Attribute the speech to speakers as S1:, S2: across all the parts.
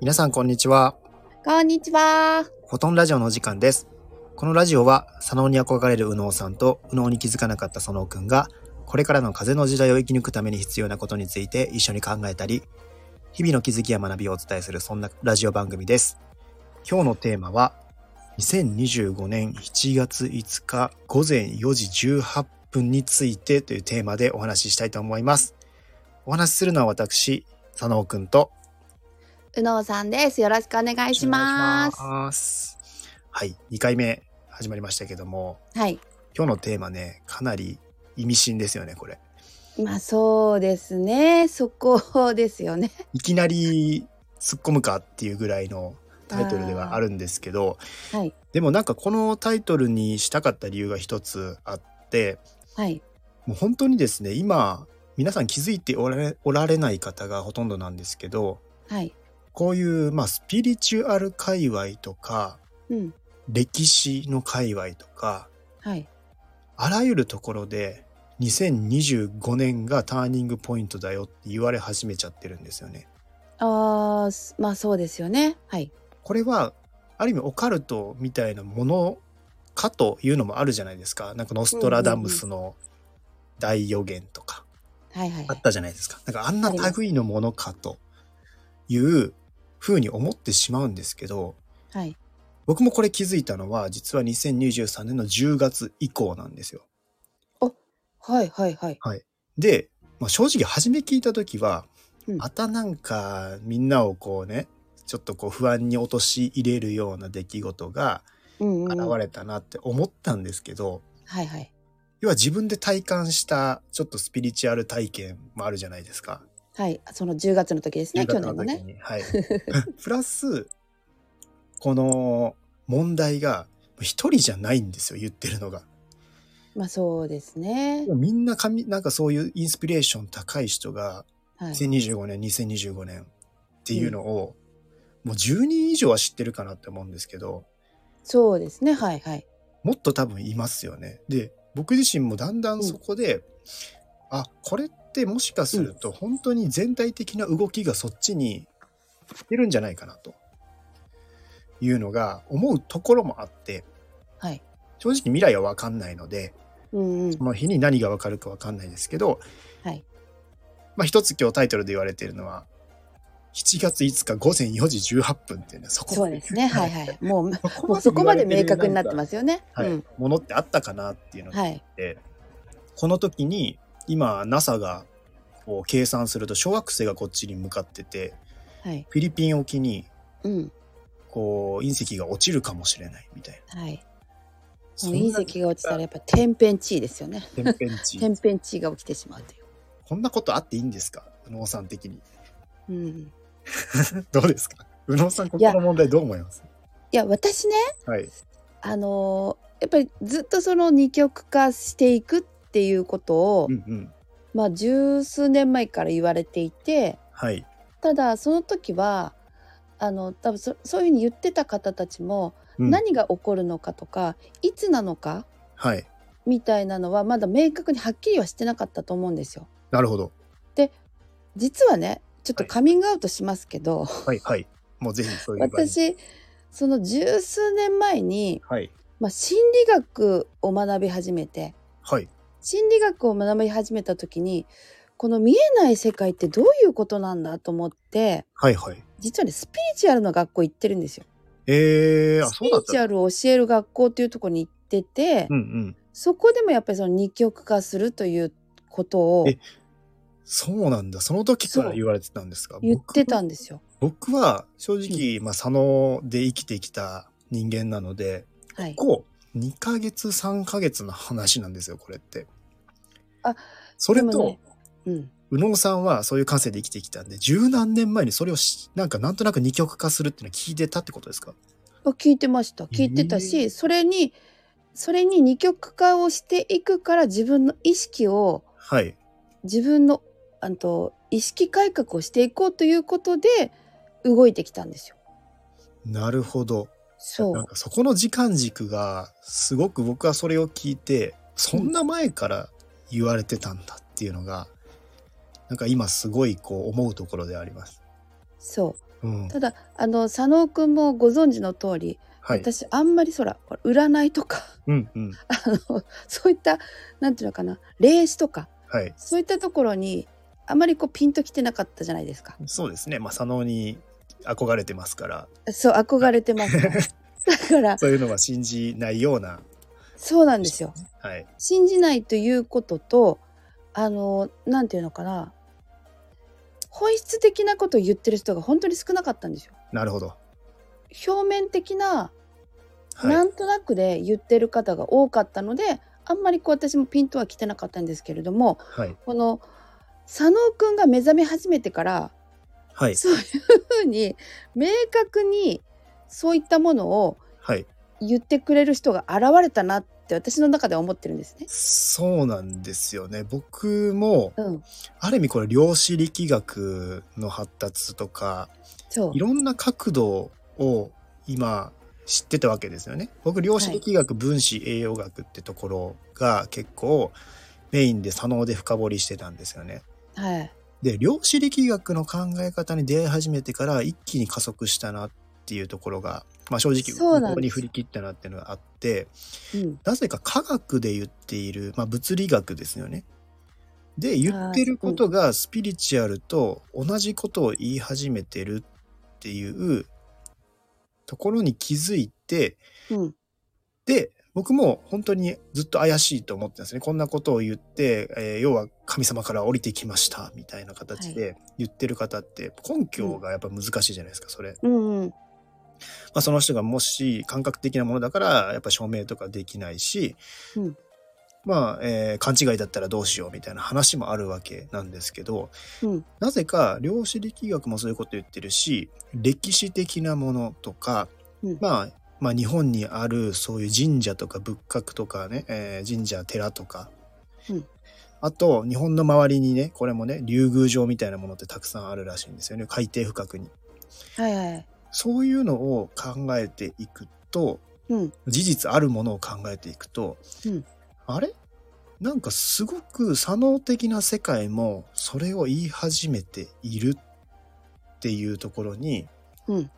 S1: 皆さんこんにちは。
S2: こんにちは。
S1: フォトンラジオのお時間です。このラジオは、左脳に憧れる右脳さんと右脳に気づかなかった左脳くんが、これからの風の時代を生き抜くために必要なことについて一緒に考えたり、日々の気づきや学びをお伝えするそんなラジオ番組です。今日のテーマは、2025年7月5日午前4時18分についてというテーマでお話ししたいと思います。お話しするのは私、佐野くんと
S2: うのうさんです。よろしくお願いします。
S1: お願いしますはい、2回目始まりましたけども、
S2: はい。
S1: 今日のテーマね、かなり意味深ですよね、これ。
S2: まあそうですね。そこですよね。
S1: いきなり突っ込むかっていうぐらいのタイトルではあるんですけど、
S2: はい。
S1: でもなんかこのタイトルにしたかった理由が一つあって、
S2: はい。
S1: もう本当にですね、今、皆さん気づいておられおられない方がほとんどなんですけど、
S2: はい。
S1: こういう、まあ、スピリチュアル界隈とか、
S2: うん。
S1: 歴史の界隈とか、
S2: はい。
S1: あらゆるところで2025年がターニングポイントだよって言われ始めちゃってるんですよね。
S2: ああ、すまあそうですよね。はい。
S1: これはある意味オカルトみたいなものかというのもあるじゃないですか。なんかノストラダムスの大予言とか
S2: はいはい
S1: あ
S2: は
S1: ったじゃないですか。なんかあんな類のものかというふうに思ってしまうんですけど、
S2: い。はい。
S1: 僕もこれ気づいたのは実は2023年の10月以降なんですよ。
S2: はいはいはい。
S1: で、まあ、正直初め聞いた時は、
S2: うん
S1: またなんかみんなをこうねちょっとこう不安に陥れるような出来事が
S2: うんうん
S1: 現
S2: うん。はい
S1: れたなって思ったんですけど、
S2: はい。
S1: 要は自分で体感したちょっとスピリチュアル体験もあるじゃないですか。
S2: はい。その10月の時ですね。去年のね。
S1: に。はい、 プラスこの問題が一人じゃないんですよ言ってるのが。
S2: まあそうですね。
S1: みんなかみなんかそういうインスピレーション高い人が
S2: はい。
S1: 2025年2025年っていうのを、もう10人以上は知ってるかなって思うんですけど
S2: そうですね。はいはい。
S1: もっと多分いますよね。で僕自身もだんだんそこで、あこれってもしかすると本当に全体的な動きがそっちにいってるんじゃないかなというのが思うところもあって
S2: はい。
S1: 正直未来は分かんないので
S2: うんうん
S1: そ。の日に何が分かるか分かんないですけど、
S2: はい。
S1: まあ、一つ今日タイトルで言われているのは7月5日午前4時18分っていうねそこ
S2: そうですね。はいはい。もう、
S1: そこ
S2: もうそこまで明確になって
S1: す。
S2: ますよね。
S1: は
S2: う
S1: い
S2: ん。、
S1: ものってあったかなっていうのがあっ
S2: はい。
S1: て、この時に今 NASA がこう計算すると小惑星がこっちに向かってて
S2: はい。
S1: フィリピン沖に
S2: うん。
S1: こう隕石が落ちるかもしれないみたい
S2: はい。
S1: な
S2: もう隕石が落ちたらやっぱ天変地異ですよね。
S1: 天変地異
S2: 天変地異が起きてしまうという。
S1: こんなことあっていいんですか宇野さん的に
S2: うん、
S1: どうですか宇野さんここの問題どう思います
S2: いや私ね
S1: はい
S2: あのーやっぱりずっとその二極化していくっていうことを、
S1: うんうん
S2: まあ十数年前から言われていて
S1: はい
S2: ただその時はあの多分そそういうふうに言ってた方たちも、
S1: うん
S2: 何が起こるのかとかいつなのか
S1: はい
S2: みたいなのはまだ明確にはっきりはしてなかったと思うんですよ。
S1: なるほど
S2: 実はねちょっと
S1: はい
S2: カミングアウトしますけど、
S1: はいはいもうぜひそういう場合に
S2: 私その十数年前に
S1: はい
S2: まあ、心理学を学び始めて
S1: はい
S2: 心理学を学び始めた時にこの見えない世界ってどういうことなんだと思って
S1: はいはい
S2: 実はねスピリチュアルの学校行ってるんですよ。
S1: えー、あ
S2: ス
S1: そ
S2: ピ
S1: うだっ
S2: リ
S1: た
S2: チュアルを教える学校っていうところに行ってて、
S1: うんうん
S2: そこでもやっぱりその二極化するということを
S1: えそうなんだその時から
S2: そう
S1: 言われてたんですか
S2: 言ってた
S1: 僕
S2: んですよ。
S1: 僕は正直、まあ、佐野で生きてきた人間なので
S2: はい、
S1: こう2ヶ月3ヶ月の話なんですよこれって
S2: あ
S1: それ
S2: で
S1: と、
S2: もねうん、
S1: 右脳さんはそういう感性で生きてきたんで十何年前にそれをしなんかなんとなく二極化するっていうのは聞いてたってことですか
S2: あ聞いてました聞いてたし、
S1: えー
S2: それにそれに二極化をしていくから自分の意識を
S1: はい
S2: 自分のあんと意識改革をしていこうということで動いてきたんですよ。
S1: なるほど
S2: そ
S1: なん
S2: う
S1: かそこの時間軸がすごく僕はそれを聞いてそんな前から言われてたんだっていうのがなんか今すごいこう思うところであります。
S2: そ
S1: うん
S2: う。ただあの佐野くんもご存知の通り、
S1: はい。
S2: 私あんまりそらほら占いとか
S1: うんうん。
S2: あのそういったなんていうのかな霊視とか
S1: はい。
S2: そういったところにあまりこうピンときてなかったじゃないですか。
S1: そうですね。まあ、佐野に憧れてますから、
S2: そう憧れてます から。だから
S1: そういうのは信じないような。
S2: そうなんですよ。
S1: はい。
S2: 信じないということとあのなんていうのかな本質的なことを言ってる人が本当に少なかったんですよ。
S1: なるほど。
S2: 表面的な、
S1: は。
S2: ないんとなくで言ってる方が多かったのであんまりこう私もピンとは来てなかったんですけれども
S1: はい。
S2: この佐野くんが目覚め始めてから
S1: はい。
S2: そういうふうに明確にそういったものを
S1: はい。
S2: 言ってくれる人が現れたなって私の中では思ってるんですね。
S1: そうなんですよね。僕も、
S2: うん、
S1: ある意味これ、量子力学の発達とか、
S2: そう
S1: いろんな角度を今知ってたわけですよね。僕量子力学、分子栄養学ってところが結構メインで左脳で深掘りしてたんですよね。
S2: はい
S1: で量子力学の考え方に出会い始めてから一気に加速したなっていうところが、まあ、正直
S2: そうなんです
S1: ここに振り切ったなっていうのがあって
S2: うん、
S1: なぜか科学で言っている、まあ、物理学ですよね。で言ってることがスピリチュアルと同じことを言い始めてるっていうところに気づいて
S2: うん、
S1: で僕も本当にずっと怪しいと思ってたんですねこんなことを言って、えー要は神様から降りてきましたみたいな形で言ってる方って根拠がやっぱ難しいじゃないですかそれ。
S2: うん、うん、
S1: まあ、その人がもし感覚的なものだからやっぱ証明とかできないし、
S2: うん
S1: まあ、えー勘違いだったらどうしようみたいな話もあるわけなんですけど
S2: うん、
S1: なぜか量子力学もそういうこと言ってるし歴史的なものとか、
S2: うん
S1: まあまあ、日本にあるそういう神社とか仏閣とかね、えー神社寺とか、
S2: うん
S1: あと日本の周りにねこれもね竜宮城みたいなものってたくさんあるらしいんですよね海底深くに。
S2: はいはい、
S1: そういうのを考えていくと、
S2: うん、
S1: 事実あるものを考えていくと、
S2: うん
S1: あれなんかすごく左脳的な世界もそれを言い始めているっていうところに、
S2: うん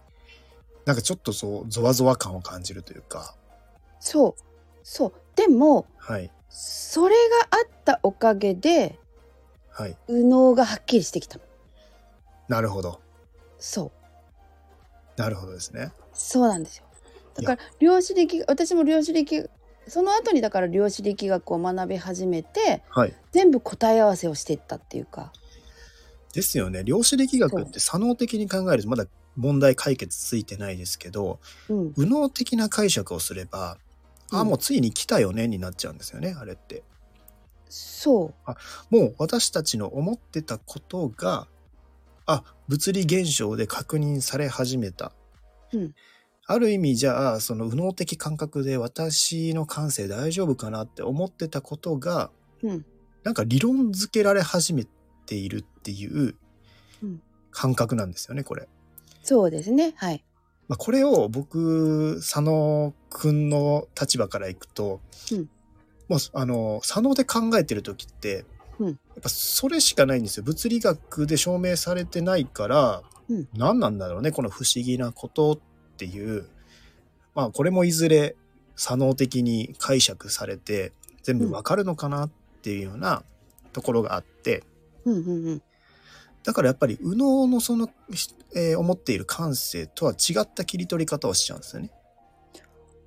S1: なんかちょっとそうゾワゾワ感を感じるというか、
S2: そう、そう、でも
S1: はい
S2: それがあったおかげで
S1: はい
S2: 右脳がはっきりしてきたの。
S1: なるほど
S2: そう、
S1: なるほどですね。
S2: そうなんですよ。だから量子力私も量子力その後にだから量子力学を学び始めて
S1: はい。
S2: 全部答え合わせをしていったっていうか
S1: ですよね。量子力学って左脳的に考えるとまだ問題解決ついてないですけど、
S2: うん
S1: 右脳的な解釈をすれば、あ
S2: うん
S1: もうついに来たよねになっちゃうんですよねあれって
S2: そう
S1: もう私たちの思ってたことがあ物理現象で確認され始めた、
S2: うん
S1: ある意味じゃあその右脳的感覚で私の感性大丈夫かなって思ってたことが
S2: うん
S1: なんか理論付けられ始めているっていう
S2: うん
S1: 感覚なんですよねこれ。
S2: そうですねはい
S1: まあ、これを僕佐野くんの立場からいくと、
S2: うん
S1: もうあの佐野で考えてる時って、
S2: うん
S1: やっぱそれしかないんですよ物理学で証明されてないから、
S2: うん
S1: 何なんだろうねこの不思議なことっていうまあこれもいずれ佐野的に解釈されて全部わかるのかなっていうようなところがあって、
S2: うんうんうん
S1: だからやっぱり右脳のその、しえー思っている感性とは違った切り取り方をしちゃうんですよね。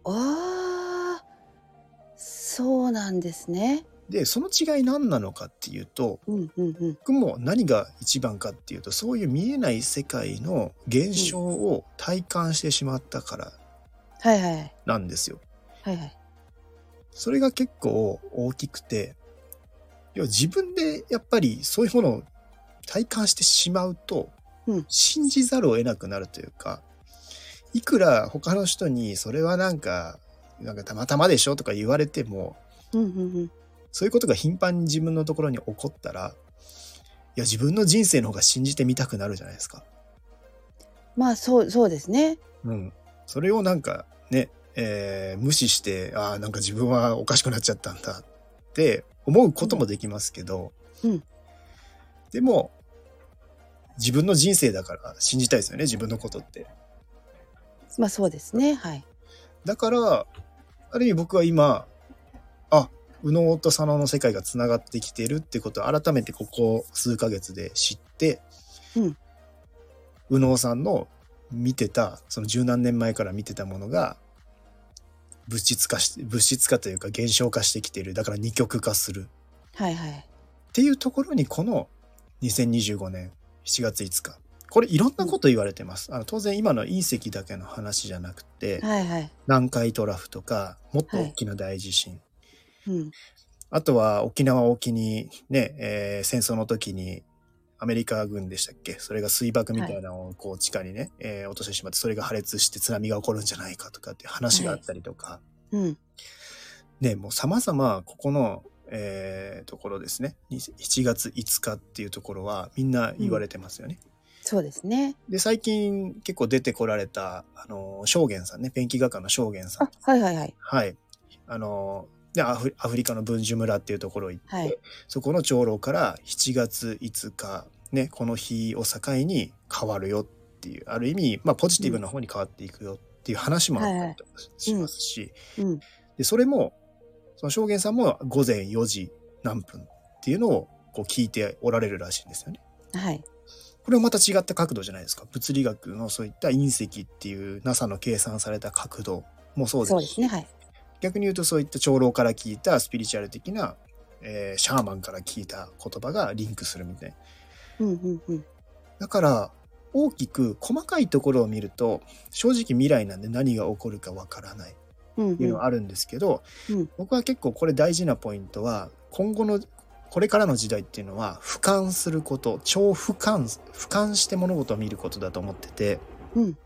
S2: あーそうなんですね
S1: でその違い何なのかっていうと
S2: うんうんうん
S1: 僕も何が一番かっていうとそういう見えない世界の現象を体感してしまったから
S2: はいはい
S1: なんですよ。
S2: はいはい
S1: それが結構大きくて要は自分でやっぱりそういうものを体感してしまうと、
S2: うん
S1: 信じざるを得なくなるというかいくら他の人にそれはなんかなんかたまたまでしょとか言われても
S2: うんうんうん
S1: そういうことが頻繁に自分のところに起こったらいや自分の人生の方が信じてみたくなるじゃないですか。
S2: まあそうそうですね
S1: うん、それをなんかね、えー無視してああなんか自分はおかしくなっちゃったんだって思うこともできますけど、
S2: うんうん
S1: でも自分の人生だから信じたいですよね、自分のことって。
S2: まあそうですね。はい。
S1: だから、ある意味僕は今、あ、右脳と左脳の世界がつながってきてるってことを改めてここ数ヶ月で知って、
S2: うん
S1: 右脳さんの見てた、その十何年前から見てたものが、物質化して、物質化というか減少化してきてる。だから二極化する。
S2: はいはい。
S1: っていうところにこの2025年7月5日これいろんなこと言われてますあの当然今の隕石だけの話じゃなくて
S2: はいはい。
S1: 南海トラフとかもっと大きな大地震、
S2: うん。
S1: あとは沖縄沖にね、えー戦争の時にアメリカ軍でしたっけそれが水爆みたいなのをこう地下にね、えー落としてしまってそれが破裂して津波が起こるんじゃないかとかっていう話があったりとか、
S2: うん。
S1: ね、もう様々ここの、えーところですね。に7月5日っていうところはみんな言われてますよね。
S2: そうですね。
S1: で、最近結構出てこられた、あの、証言さんね、ペンキ画家の証言さ
S2: あ
S1: ん。、
S2: はいはいはい。
S1: はい。あの、でアフリアフリカの文殊村っていうところ行って、
S2: はい
S1: そこの長老から7月5日、ね、この日を境に変わるよっていう、ある意味、まあ、ポジティブな方に変わっていくよっていう話もあったりとかしますし、
S2: うん。
S1: で、それも、その証言さんも午前4時何分っていうのをこう聞いておられるらしいんですよね。
S2: はい。
S1: これもまた違った角度じゃないですか。物理学のそういった隕石っていう NASA の計算された角度もそう
S2: そう
S1: で
S2: ですすね。はい。
S1: 逆に言うとそういった長老から聞いたスピリチュアル的な、えーシャーマンから聞いた言葉がリンクするみたいな。
S2: うんうんうん。
S1: だから大きく細かいところを見ると正直未来なんで何が起こるかわからない。
S2: うん
S1: っていうの
S2: うん。
S1: はあるんですけど、
S2: うん
S1: 僕は結構これ大事なポイントは今後のこれからの時代っていうのは俯瞰すること超俯瞰俯瞰して物事を見ることだと思ってて
S2: うん。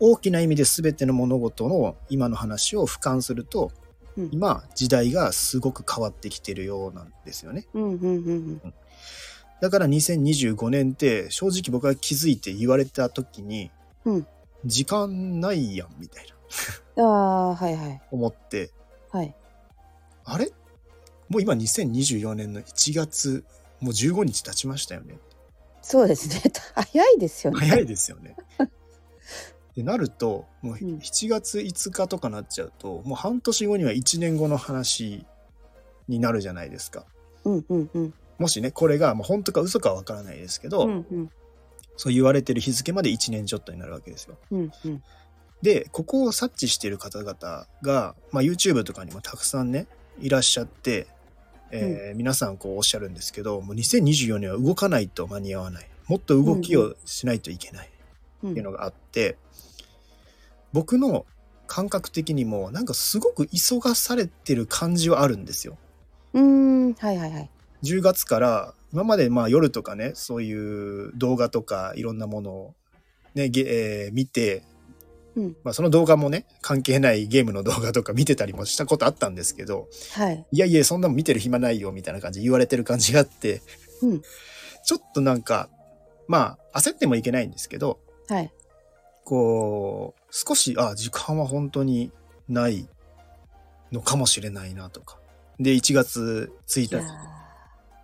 S1: 大きな意味で全ての物事の今の話を俯瞰すると、
S2: うん
S1: 今時代がすごく変わってきてるようなんですよね
S2: うんうんうんうん。
S1: だから2025年って正直僕が気づいて言われた時に、
S2: うん
S1: 時間ないやんみたいな
S2: ああ、はいはい。
S1: 思って
S2: はい。
S1: あれもう今2024年の1月、もう15日経ちましたよね。
S2: そうですね。 早いですよね。
S1: 早いですよ ね。ってなると、もう
S2: うん
S1: 7月5日とかなっちゃうと、もう半年後には1年後の話になるじゃないですか。
S2: うんうんうん。
S1: もしね、これがもう本当か嘘かわからないですけど、
S2: うんうん
S1: そう言われてる日付まで1年ちょっとになるわけですよ。
S2: うんうん。
S1: で、ここを察知している方々が、まあ、YouTube とかにもたくさんね、いらっしゃって、えー皆さんこうおっしゃるんですけど、もう2024年は動かないと間に合わない。もっと動きをしないといけないっ
S2: う
S1: ていうんのがあって、僕の感覚的にも、なんかすごく急がされてる感じはあるんですよ。
S2: うーん。はいはいはい。
S1: 10月から、今までまあ夜とかね、そういう動画とかいろんなものをね、げえー見て、
S2: うん
S1: まあ、その動画もね、関係ないゲームの動画とか 見てたりもしたことあったんですけど、
S2: はい。
S1: いやいや、そんなの見てる暇ないよ、みたいな感じで言われてる感じがあって、
S2: うん
S1: ちょっとなんか、まあ、焦ってもいけないんですけど、
S2: はい。
S1: こう、少し、あ、時間は本当にないのかもしれないなとか。で、1月
S2: い
S1: 1
S2: や
S1: 日、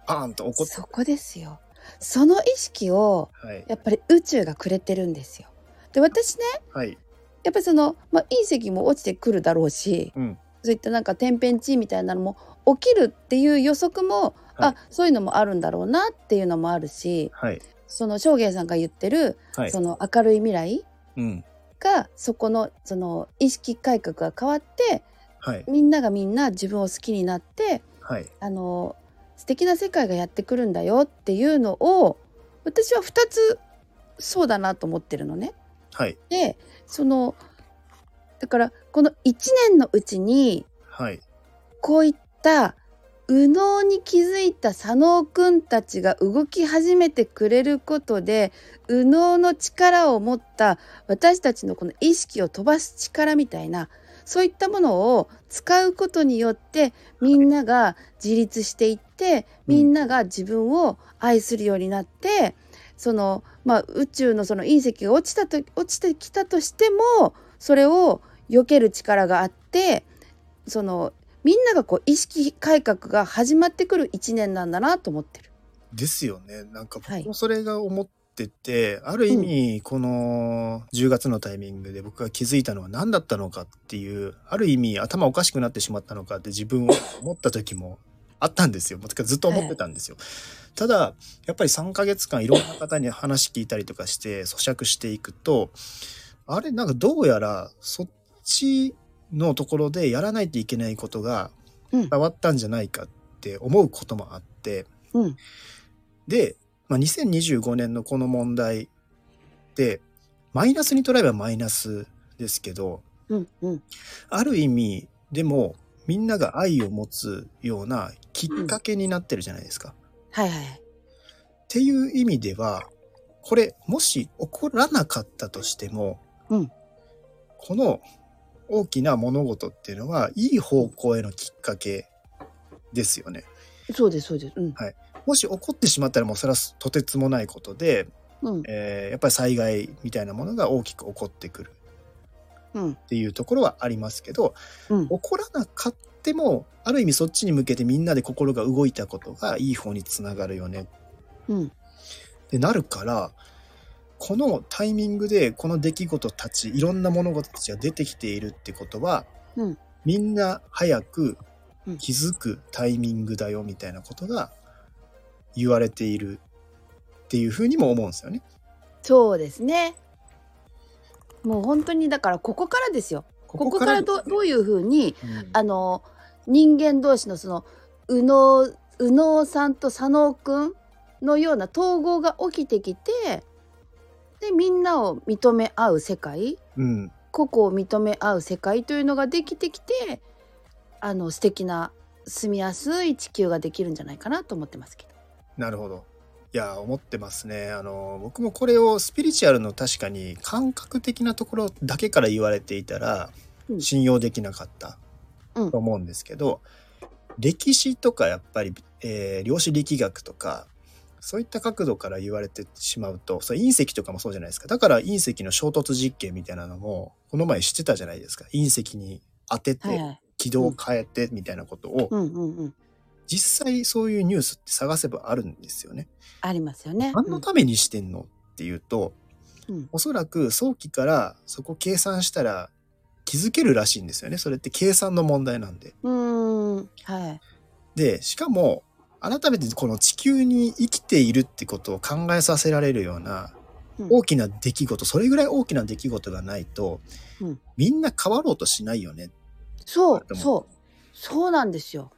S1: パーンと
S2: ー
S1: 怒って、
S2: そこですよ。その意識を
S1: はい、
S2: やっぱり宇宙がくれてるんですよ。で私ね
S1: はい、
S2: やっぱりその、まあ、隕石も落ちてくるだろうし、
S1: うん
S2: そういったなんか天変地異みたいなのも起きるっていう予測も、
S1: はい
S2: あそういうのもあるんだろうなっていうのもあるし
S1: はい、
S2: その正元さんが言ってる、
S1: はい
S2: そ。の明るい未来
S1: うん、
S2: がそこのその意識改革が変わって
S1: はい、
S2: みんながみんな自分を好きになって
S1: はい、
S2: あの素敵な世界がやってくるんだよっていうのを私は2つそうだなと思ってるのね。
S1: はい、
S2: でそのだからこの1年のうちに
S1: はい、
S2: こういった右脳に気づいた左脳くんたちが動き始めてくれることで右脳の力を持った私たちのこの意識を飛ばす力みたいなそういったものを使うことによってみんなが自立していってみんなが自分を愛するようになってそのまあ宇宙のその隕石が落ちたと落ちてきたとしてもそれを避ける力があってそのみんながこう意識改革が始まってくる一年なんだなと思ってる。
S1: ですよね。なんか
S2: は
S1: 僕
S2: い
S1: もそれが思っっててある意味この10月のタイミングで僕が気づいたのは何だったのかっていうある意味頭おかしくなってしまったのかって自分を思った時もあったんですよてかずっと思ってたんですよ。ただやっぱり3ヶ月間いろんな方に話聞いたりとかして咀嚼していくとあれなんかどうやらそっちのところでやらないといけないことが
S2: うん
S1: 伝わったんじゃないかって思うこともあって。
S2: うん
S1: で、まあ、2025年のこの問題ってマイナスに捉えればマイナスですけど
S2: うんうん
S1: ある意味でもみんなが愛を持つようなきっかけになってるじゃないですか。
S2: はいはい
S1: っていう意味ではこれもし起こらなかったとしても、
S2: うん
S1: この大きな物事っていうのはいい方向へのきっかけですよね。
S2: そうですそうですうん
S1: もし起こってしまったらもうそれはとてつもないことで、
S2: うん
S1: えーやっぱり災害みたいなものが大きく起こってくる
S2: うん
S1: っていうところはありますけど
S2: うん
S1: 起こらなかってもある意味そっちに向けてみんなで心が動いたことがいい方につながるよね
S2: うん
S1: ってなるからこのタイミングでこの出来事たちいろんな物事たちが出てきているってことは、
S2: うん
S1: みんな早く気づくタイミングだよみたいなことが言われているっていうふうにも思うんですよね。
S2: そうですねもう本当にだからここからですよここからどどういうふうに
S1: うん
S2: あの人間同士のその右脳右脳さんと左脳くんのような統合が起きてきてでみんなを認め合う世界
S1: うん
S2: 個々を認め合う世界というのができてきてあの素敵な住みやすい地球ができるんじゃないかなと思ってますけど。
S1: なるほど。いや思ってますねあの僕もこれをスピリチュアルの確かに感覚的なところだけから言われていたら
S2: うん
S1: 信用できなかった
S2: うん
S1: と思うんですけど、歴史とかやっぱり、えー量子力学とかそういった角度から言われてしまうとそれ隕石とかもそうじゃないですかだから隕石の衝突実験みたいなのもこの前してたじゃないですか隕石に当て
S2: はい
S1: て
S2: はい、
S1: 軌道を変えてみたいなことを、
S2: うんうんうん、
S1: 実際そういうニュースって探せばあるんですよね。
S2: ありますよ ね。
S1: 何のためにしてんのっていうと、
S2: うん
S1: おそらく早期からそこ計算したら気づけるらしいんですよね。それって計算の問題なんで。
S2: うん、うーんはい、
S1: で、しかも改めてこの地球に生きているってことを考えさせられるような
S2: うん
S1: 大きな出来事、それぐらい大きな出来事がないと、
S2: うん
S1: みんな変わろうとしないよね。
S2: そう
S1: でも
S2: そうそうなんですよ。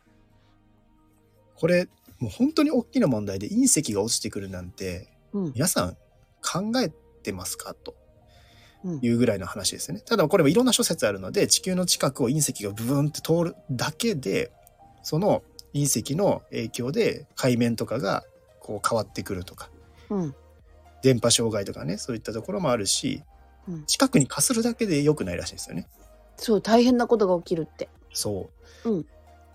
S1: これ、もう本当に大きな問題で隕石が落ちてくるなんて、
S2: うん
S1: 皆さん考えてますかと。
S2: うん
S1: いうぐらいの話ですよね。ただこれもいろんな諸説あるので地球の近くを隕石がブブンって通るだけでその隕石の影響で海面とかがこう変わってくるとか
S2: うん
S1: 電波障害とかねそういったところもあるし
S2: うん
S1: 近くにかするだけで良くないらしいんですよね。
S2: そう大変なことが起きるって。
S1: そう。
S2: うん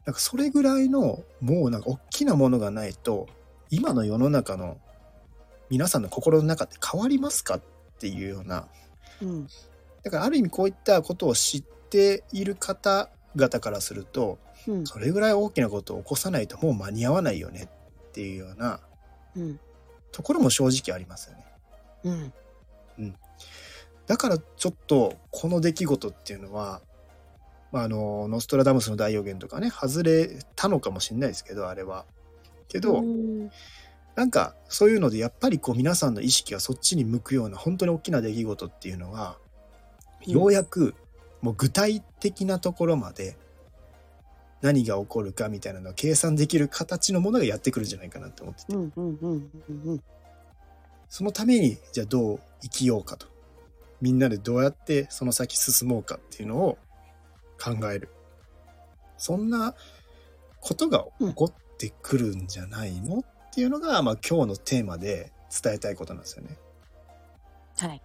S1: なんかそれぐらいのもうなんか大きなものがないと今の世の中の皆さんの心の中って変わりますかっていうような
S2: うん、
S1: だからある意味こういったことを知っている方々からすると
S2: うん、
S1: それぐらい大きなことを起こさないともう間に合わないよねっていうような
S2: うん、
S1: ところも正直ありますよね。
S2: うん、
S1: だからちょっとこの出来事っていうのは、まあ、あのノストラダムスの大予言とかね外れたのかもしれないですけどあれは。けど、
S2: うん
S1: なんかそういうのでやっぱりこう皆さんの意識がそっちに向くような本当に大きな出来事っていうのは
S2: うん
S1: ようやくもう具体的なところまで何が起こるかみたいなのを計算できる形のものがやってくるんじゃないかなって思ってて
S2: うんうんうんうん
S1: そのためにじゃあどう生きようかとみんなでどうやってその先進もうかっていうのを考えるそんなことが起こってくるんじゃないのっていうのが、まあ、今日のテーマで伝えたいことなんですよね。
S2: はい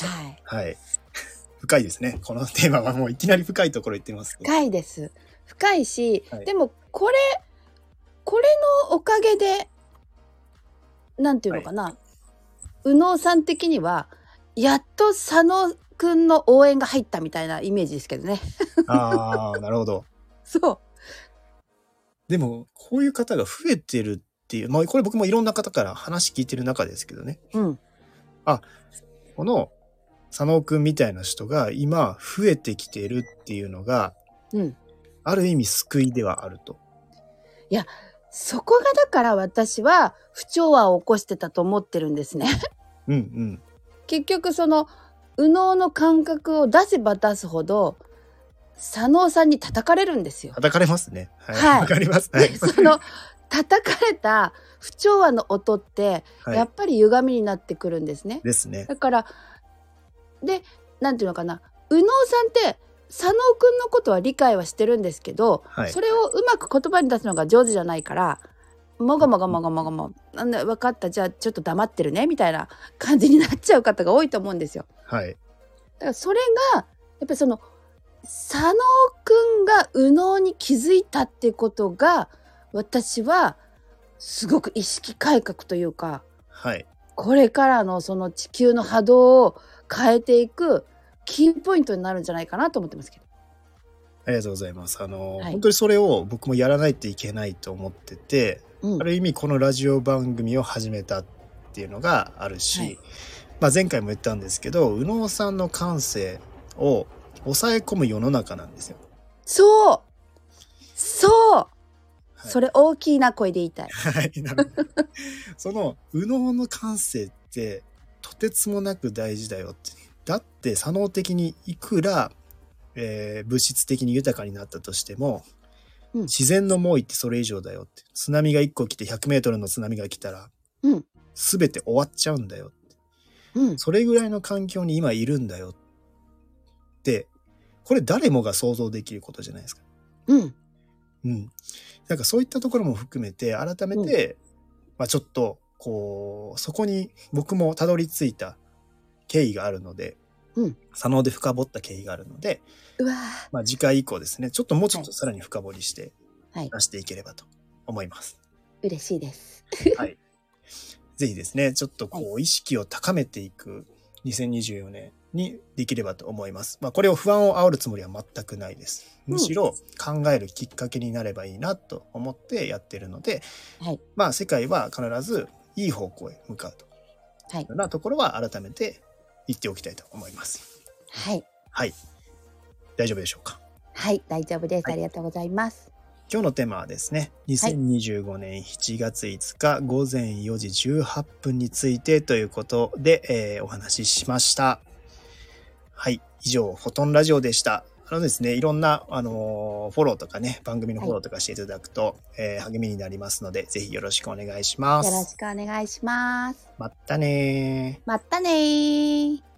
S2: はい
S1: はい。 深いですね。このテーマはもういきなり深いところ言ってますけど。
S2: 深いです深いし、
S1: はい
S2: でもこれこれのおかげでなんていうのかな、右脳さん的にはやっと佐野くんの応援が入ったみたいなイメージですけどね
S1: ああ、なるほど。
S2: そう
S1: でも、こういう方が増えてるっていう、まあ、これ僕もいろんな方から話聞いてる中ですけどね、
S2: うん。
S1: この佐野くんみたいな人が今増えてきているっていうのが、
S2: うん。
S1: ある意味救いではあると。
S2: そこがだから私は不調和を起こしてたと思ってるんですね。
S1: うんうん。
S2: 結局その右脳の感覚を出せば出すほど左脳さんに叩かれるんですよ。
S1: 叩かれますね。はい。
S2: はい
S1: わかります。は
S2: で
S1: い。
S2: その叩かれた不調和の音って
S1: はい
S2: やっぱり歪みになってくるんですね。
S1: ですね。
S2: だからでなんていうのかな右脳さんって左脳くんのことは理解はしてるんですけど、
S1: はい
S2: それをうまく言葉に出すのが上手じゃないからもごもごもごもごもなんだ分かったじゃあちょっと黙ってるねみたいな感じになっちゃう方が多いと思うんですよ。
S1: はい。
S2: だからそれがやっぱりその佐野くんが右脳に気づいたってことが私はすごく意識改革というか
S1: はい。
S2: これからのその地球の波動を変えていくキーポイントになるんじゃないかなと思ってますけど。
S1: ありがとうございます。あの、
S2: はい
S1: 本当にそれを僕もやらないといけないと思ってて、
S2: うん
S1: ある意味このラジオ番組を始めたっていうのがあるし、
S2: はい
S1: まあ、前回も言ったんですけど右脳さんの感性を抑え込む世の中なん ですよ。
S2: そうそう、
S1: はい
S2: それ大きな声で言いたい。
S1: はい、なるほどその右脳の感性ってとてつもなく大事だよってだって左脳的にいくら、えー物質的に豊かになったとしても、
S2: うん
S1: 自然の猛威ってそれ以上だよって津波が1個来て1 0 0ルの津波が来たら、
S2: うん
S1: 全て終わっちゃうんだよ
S2: うん、
S1: それぐらいの環境に今いるんだよってこれ誰もが想像できることじゃないですか。
S2: うん、
S1: うん。なんかそういったところも含めて、改めて、まあちょっと、こう、そこに僕もたどり着いた経緯があるので、
S2: うん
S1: 左脳で深掘った経緯があるので、
S2: うわ
S1: まあ次回以降ですね、ちょっともうちょっと
S2: は
S1: さらに深掘りして
S2: はい
S1: 出していければと思います。
S2: ー嬉しいです。
S1: はい。ぜひですね、ちょっとこう、意識を高めていく2024年にできればと思います。まあ、これを不安を煽るつもりは全くないです。
S2: うん
S1: むしろ考えるきっかけになればいいなと思ってやってるので、
S2: はい
S1: まあ、世界は必ずいい方向へ向かうと。
S2: はい
S1: ようなところは改めて言っておきたいと思います。
S2: はい、
S1: はい。大丈夫でしょうか
S2: はい、大丈夫です。
S1: はい
S2: ありがとうございます。
S1: 今日のテーマはですね、2025年7月5日午前4時18分についてということで、えーお話ししました。はい。以上、フォトンラジオでした。あのですね、いろんな、あのーフォローとかね、番組のフォローとかしていただくと、えー励みになりますので、ぜひよろしくお願いしま
S2: よろ
S1: す。
S2: しくお願いします。
S1: またねー。
S2: まったねー。